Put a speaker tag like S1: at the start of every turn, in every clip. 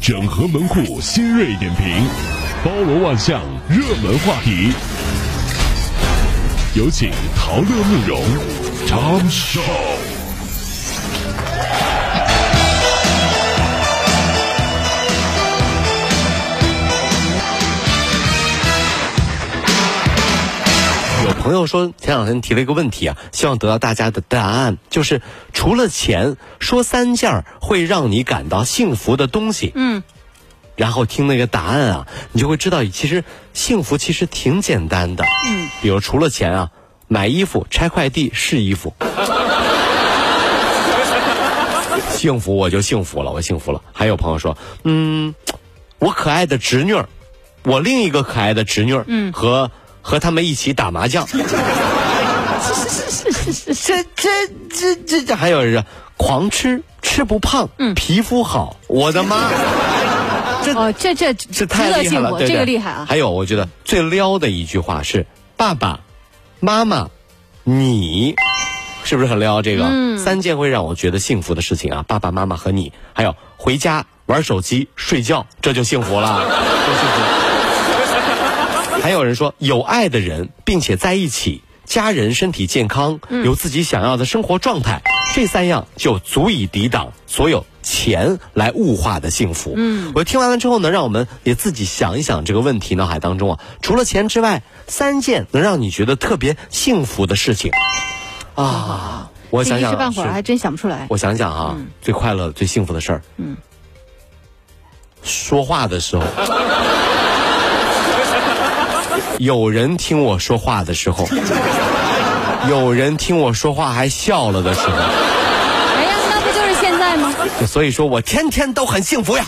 S1: 整合门户新锐点评，包罗万象，热门话题。有请陶乐慕容长寿。
S2: 有朋友说，前两天提了一个问题啊，希望得到大家的答案，就是除了钱，说三件儿会让你感到幸福的东西。嗯，然后听那个答案啊，你就会知道，其实幸福其实挺简单的。嗯，比如除了钱啊，买衣服、拆快递、试衣服， 幸福我就幸福了，我幸福了。还有朋友说，嗯，我可爱的侄女儿，我另一个可爱的侄女儿，嗯，和和他们一起打麻将。这这这这这还有人说狂吃吃不胖，
S3: 嗯
S2: 皮肤好，我的妈！
S3: 哦，这这值
S2: 这太
S3: 得
S2: 厉害
S3: 幸
S2: 了，
S3: 福，
S2: 对
S3: 这
S2: 对
S3: 个厉害啊！
S2: 还有，我觉得最撩的一句话是“爸爸、妈妈、你”，是不是很撩？这个、
S3: 嗯
S2: 三件会让我觉得幸福的事情啊，爸爸妈妈和你，还有回家玩手机、睡觉，这就幸福了，多幸福！还有人说，有爱的人，并且在一起，家人身体健康，
S3: 嗯
S2: 有自己想要的生活状态，这三样就足以抵挡所有钱来物化的幸福。嗯，我听完了之后呢，让我们也自己想一想这个问题。脑海当中啊，除了钱之外，三件能让你觉得特别幸福的事情啊，我
S3: 哦这
S2: 想
S3: 一
S2: 想
S3: 时
S2: 啊
S3: 半会儿
S2: 是
S3: 还真想不出来。
S2: 我想想啊，
S3: 嗯
S2: 最快乐、最幸福的事儿，嗯，说话的时候，有人听我说话的时候，有人听我说话还笑了的时候，
S3: 哎呀，那不就是现在 吗？
S2: 就所以说我天天都很幸福呀。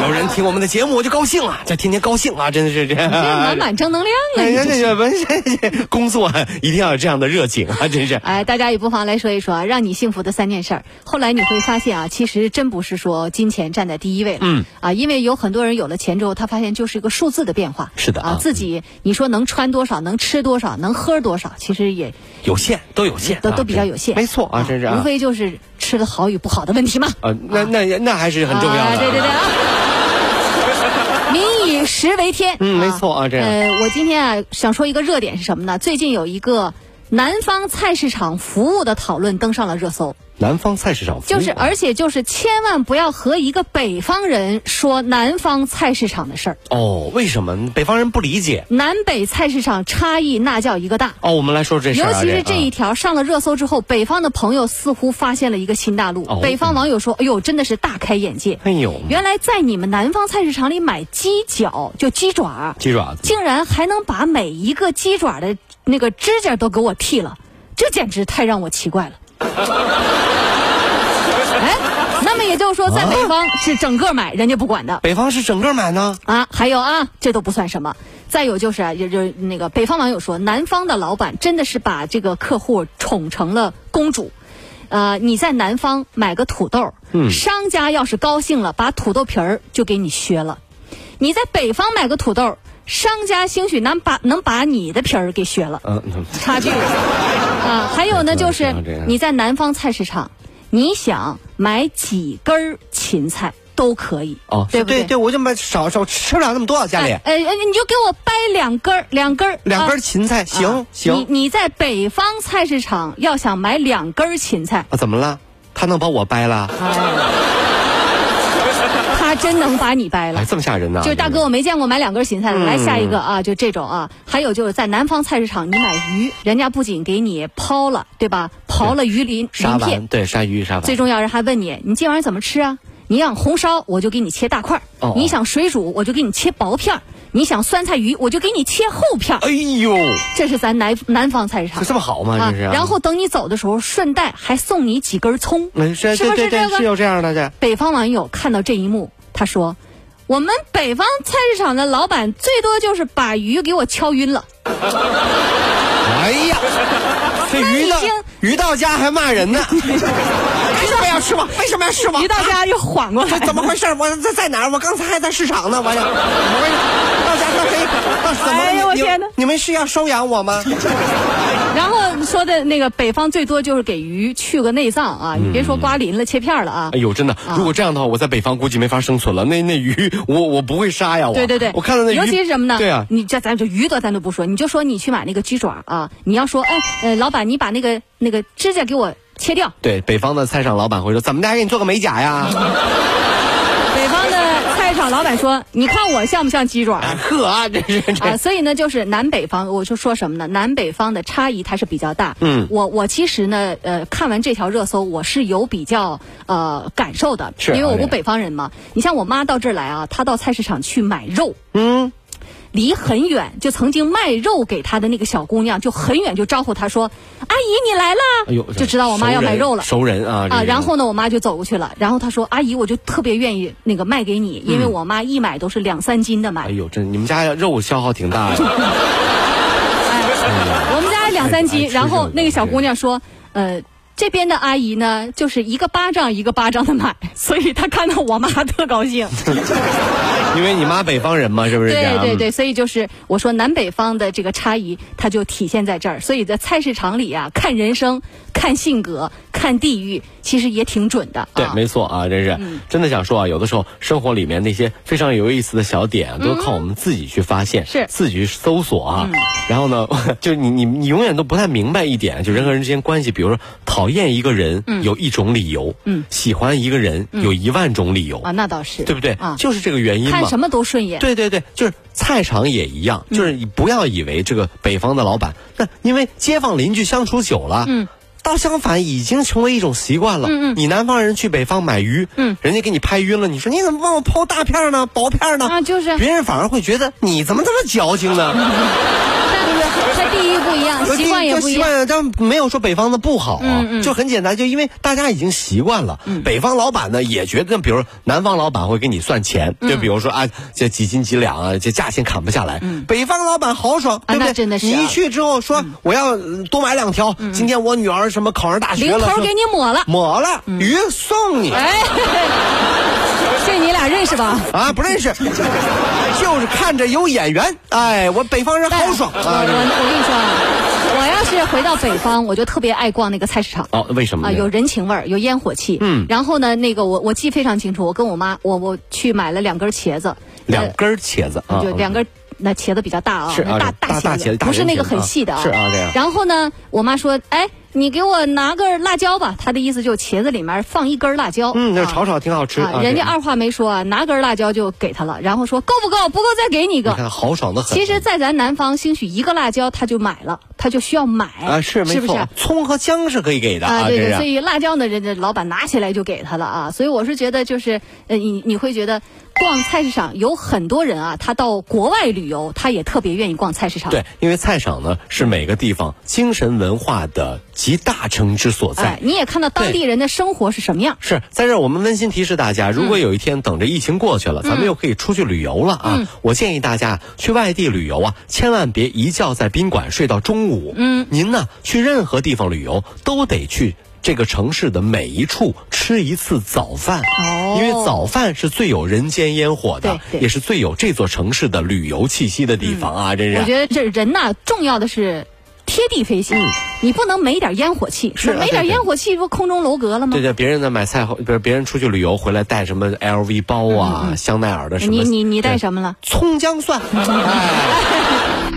S2: 有人听我们的节目，我就高兴啊，这天天高兴啊，真的是这样。
S3: 这满满正能量啊！
S2: 哎
S3: 你
S2: 呀，
S3: 这
S2: 这这文这工作啊一定要有这样的热情啊，真是。
S3: 哎，大家也不妨来说一说啊，让你幸福的三件事儿。后来你会发现啊，其实真不是说金钱站在第一位了，嗯啊，因为有很多人有了钱之后，他发现就是一个数字的变化，
S2: 是的啊
S3: 啊，自己你说能穿多少，能吃多少，能喝多少，其实也
S2: 有限，都有限啊，
S3: 都都比较
S2: 对
S3: 有限，
S2: 没错啊，真是啊
S3: 无。非就是吃的好与不好的问题嘛，
S2: 啊，那那那还是很重要的。
S3: 啊对对对啊。 民以食为天，
S2: 嗯没错啊这样
S3: 呃，我今天啊想说一个热点是什么呢？最近有一个南方菜市场服务的讨论登上了热搜，
S2: 南方菜市场服务
S3: 就是而且就是千万不要和一个北方人说南方菜市场的事儿，
S2: 哦，为什么北方人不理解？
S3: 南北菜市场差异那叫一个大。
S2: 哦，我们来说这事儿、
S3: 尤
S2: 啊，
S3: 其是这一
S2: 啊
S3: 条上了热搜之后，北方的朋友似乎发现了一个新大陆
S2: 哦。
S3: 北方网友说：“哎呦，真的是大开眼界！
S2: 哎呦，
S3: 原来在你们南方菜市场里买鸡脚，就鸡爪儿，
S2: 鸡爪子
S3: 竟然还能把每一个鸡爪的那个指甲都给我剃了，这简直太让我奇怪了。 哎，那么也就是说，在北方是整个买，人家不管的
S2: 北方是整个买呢？
S3: 啊。还有啊，这都不算什么。再有就是啊，也就是那个北方网友说，南方的老板真的是把这个客户宠成了公主。呃，你在南方买个土豆，
S2: 嗯
S3: 商家要是高兴了，把土豆皮儿就给你削了；你在北方买个土豆，商家兴许能把能把你的皮儿给削了。
S2: 嗯、嗯
S3: 差距啊。还有呢，就是
S2: 这样
S3: 你在南方菜市场，你想买几根儿芹菜都可以，
S2: 哦，
S3: 对不
S2: 对
S3: 对？
S2: 我就买少少吃不了那么多，家里、
S3: 哎，呃，你就给我掰两根儿，两根儿，
S2: 两根
S3: 啊
S2: 芹菜，行、
S3: 啊
S2: 行
S3: 你你在北方菜市场要想买两根儿芹菜，
S2: 啊，怎么了？他能把我掰了？
S3: 他真能把你掰了
S2: 哎，。嗯这么吓人呢、
S3: 就是大哥，我没见过买两根芹菜的，来下一个啊，就这种啊。还有就是在南方菜市场，你买鱼，人家不仅给你抛了，对吧？刨了鱼鳞
S2: 杀
S3: 鳞片
S2: 完，，对，鲨鱼杀完，
S3: 最重要人还问你，你今晚上怎么吃啊？你想红烧，我就给你切大块儿；
S2: 哦
S3: 你想水煮，我就给你切薄片儿；你想酸菜鱼，我就给你切厚片儿。
S2: 哎呦，
S3: 这是咱南南方菜市
S2: 这
S3: 场
S2: 这么好吗？
S3: 啊。
S2: 这是、
S3: 然后等你走的时候，顺带还送你几根葱，
S2: 哎，是
S3: 是不
S2: 对对对，
S3: 是这
S2: 是
S3: 个？
S2: 有这样的这。
S3: 北方网友看到这一幕，他说：“我们北方菜市场的老板最多就是把鱼给我敲晕了。”
S2: 哎呀， 这鱼到
S3: 那已经
S2: 鱼到家还骂人 呢，为什么要吃我？为什么要吃我？
S3: 鱼到家又缓过来
S2: 哦这
S3: 了，
S2: 怎么回事？我在在哪儿？我刚才还在市场呢，我这怎么回事？到家说谁？到怎么？
S3: 哎呀
S2: 你
S3: 我
S2: 你
S3: 天哪
S2: 你们是要收养我吗？
S3: 然后们说的那个北方最多就是给鱼去个内脏啊，你别说刮鳞了、切片了啊
S2: 嗯哎。呦，真的，如果这样的话，我在北方估计没法生存了。那那鱼，我我不会杀呀，我。
S3: 对对对，
S2: 我看到那鱼，
S3: 尤其是什么呢？
S2: 对啊，
S3: 你这咱就鱼都咱都不说，你就说你去买那个鸡爪啊，你要说哎呃，老板你把那个那个指甲给我切掉，
S2: 对北方的菜场老板会说，怎么的，还给你做个美甲 呀？
S3: 北方的菜场老板说，你看我像不像鸡爪？
S2: 啊，呵啊， 这是这
S3: 啊，所以呢，就是南北方，我就说什么呢？南北方的差异它是比较大。
S2: 嗯
S3: 我我其实呢，呃，看完这条热搜，我是有比较呃感受的，
S2: 是
S3: 因为我
S2: 对
S3: 不北方人嘛。你像我妈到这儿来啊，她到菜市场去买肉，嗯，离很远，就曾经卖肉给她的那个小姑娘，就很远就招呼她说：“阿姨，你来啦！”
S2: 哎呦，
S3: 就知道我妈要买肉了。
S2: 熟人熟人啊
S3: 啊，
S2: 这
S3: 然后呢，我妈就走过去了，然后她说：“阿姨，我就特别愿意那个卖给你，因为
S2: 嗯
S3: 我妈一买都是两三斤的买。
S2: 哎呦，真你们家肉消耗挺大呀。哎
S3: 哎我们家两三
S2: 哎哎
S3: 斤，
S2: 吃
S3: 然后
S2: 肉
S3: 那个小姑娘说，呃。这边的阿姨呢，就是一个巴掌一个巴掌的买， 所以她看到我妈特高兴。
S2: 因为你妈北方人嘛，是不是？这
S3: 对
S2: 样
S3: 对。对，所以就是我说南北方的这个差异，它就体现在这儿。所以在菜市场里啊，看人生、看性格、看地域，其实也挺准的。
S2: 对
S3: 啊，嗯
S2: 没错啊，真是、真的想说啊，有的时候生活里面那些非常有意思的小点啊，都靠我们自己去发现，
S3: 嗯是嗯
S2: 自己去搜索啊。然后呢， 就你你你永远都不太明白一点，就人和人之间关系，比如说讨厌一个人、有一种理由，嗯，喜欢一个人、有一万种理由，
S3: 嗯啊，那倒是，
S2: 对不对？
S3: 啊，
S2: 就是这个原因嘛。
S3: 看什么都顺眼。
S2: 对对对，就是菜场也一样，就是你不要以为这个北方的老板，那、因为街坊邻居相处久了，嗯。倒相反，已经成为一种习惯了。嗯嗯，你南方人去北方买鱼，嗯，人家给你拍晕了，你说你怎么帮我剖大片儿呢、薄片儿呢？
S3: 啊就是
S2: 别人反而会觉得你怎么这么矫情呢？
S3: 它地域不一样，习惯也
S2: 这
S3: 不一
S2: 习
S3: 样。
S2: 惯，
S3: 嗯
S2: 但没有说北方的不好啊，就很简单，就因为大家已经习惯了。北方老板呢也觉得，比如南方老板会给你算钱，
S3: 嗯
S2: 就比如说啊，这几斤几两啊，这价钱砍不下来。北方老板豪爽，对不对？
S3: 那真的是嗯啊
S2: 你一去之后说我要呃多买两条，今天我女儿什么考上大学
S3: 零
S2: 了，
S3: 头
S2: 说
S3: 给你抹了，嗯
S2: 抹了，鱼送你
S3: 哎， 这你俩认识吧？
S2: 啊，不 认识，就是看着有眼缘。哎，我北方人豪爽
S3: 我我
S2: 啊。
S3: 我跟你说啊，我要是回到北方，我就特别爱逛那个菜市场。
S2: 哦，为什么
S3: 啊，
S2: 呢？
S3: 有人情味儿，有烟火气。嗯，然后呢，那个我我记得非常清楚，我跟我妈，我我去买了两根茄子，呃
S2: 两根茄子啊，
S3: 就两根。那茄子比较大啊，
S2: 是啊
S3: 那大
S2: 大大茄子
S3: 子，
S2: 大
S3: 不是那个
S2: 圆茄子
S3: 很
S2: 啊
S3: 细的啊。
S2: 是啊这样
S3: 然后呢，我妈说：“哎，你给我拿根辣椒吧。”她的意思就是茄子里面放一根辣椒。
S2: 嗯，那
S3: 啊
S2: 炒炒挺好吃。
S3: 啊，人家
S2: 这
S3: 二话没说啊，拿根辣椒就给她了，然后说够不够？不够再给你一
S2: 你
S3: 个。
S2: 看豪爽的很。
S3: 其实，在咱南方，兴许一个辣椒他就买了，他就需要买
S2: 啊，是没
S3: 是不是
S2: 错，葱和姜是可以给的
S3: 啊，
S2: 啊，
S3: 对
S2: 这
S3: 对，所
S2: 是。
S3: 以辣椒呢，人家老板拿起来就给他了啊，所以我是觉得就是，呃，你你会觉得逛菜市场有很多人啊，他到国外旅游，他也特别愿意逛菜市场。
S2: 对，因为菜场呢是每个地方精神文化的集大成之所在。
S3: 哎，你也看到当地人的生活是什么样。
S2: 是在这儿，我们温馨提示大家，如
S3: 嗯
S2: 果有一天等着疫情过去了，咱们又可以出去旅游了啊！
S3: 嗯
S2: 我建议大家去外地旅游啊，千万别一觉在宾馆睡到中午。嗯，您呢去任何地方旅游都得去。这个城市的每一处吃一次早饭，
S3: 哦
S2: 因为早饭是最有人间烟火的，
S3: 对对嗯
S2: 也是最有这座城市的旅游气息的地方啊！真是
S3: 我觉得这人呐、重要的是贴地飞行，你不能没点烟火气，
S2: 嗯是啊
S3: 没点
S2: 对对
S3: 烟火气，不空中楼阁了吗
S2: 对？对，别人呢买菜，不是别人出去旅游回来带什么
S3: 嗯哎
S2: LV 包啊、香奈儿的什么，
S3: 你你你带什么了？
S2: 葱姜蒜，哎，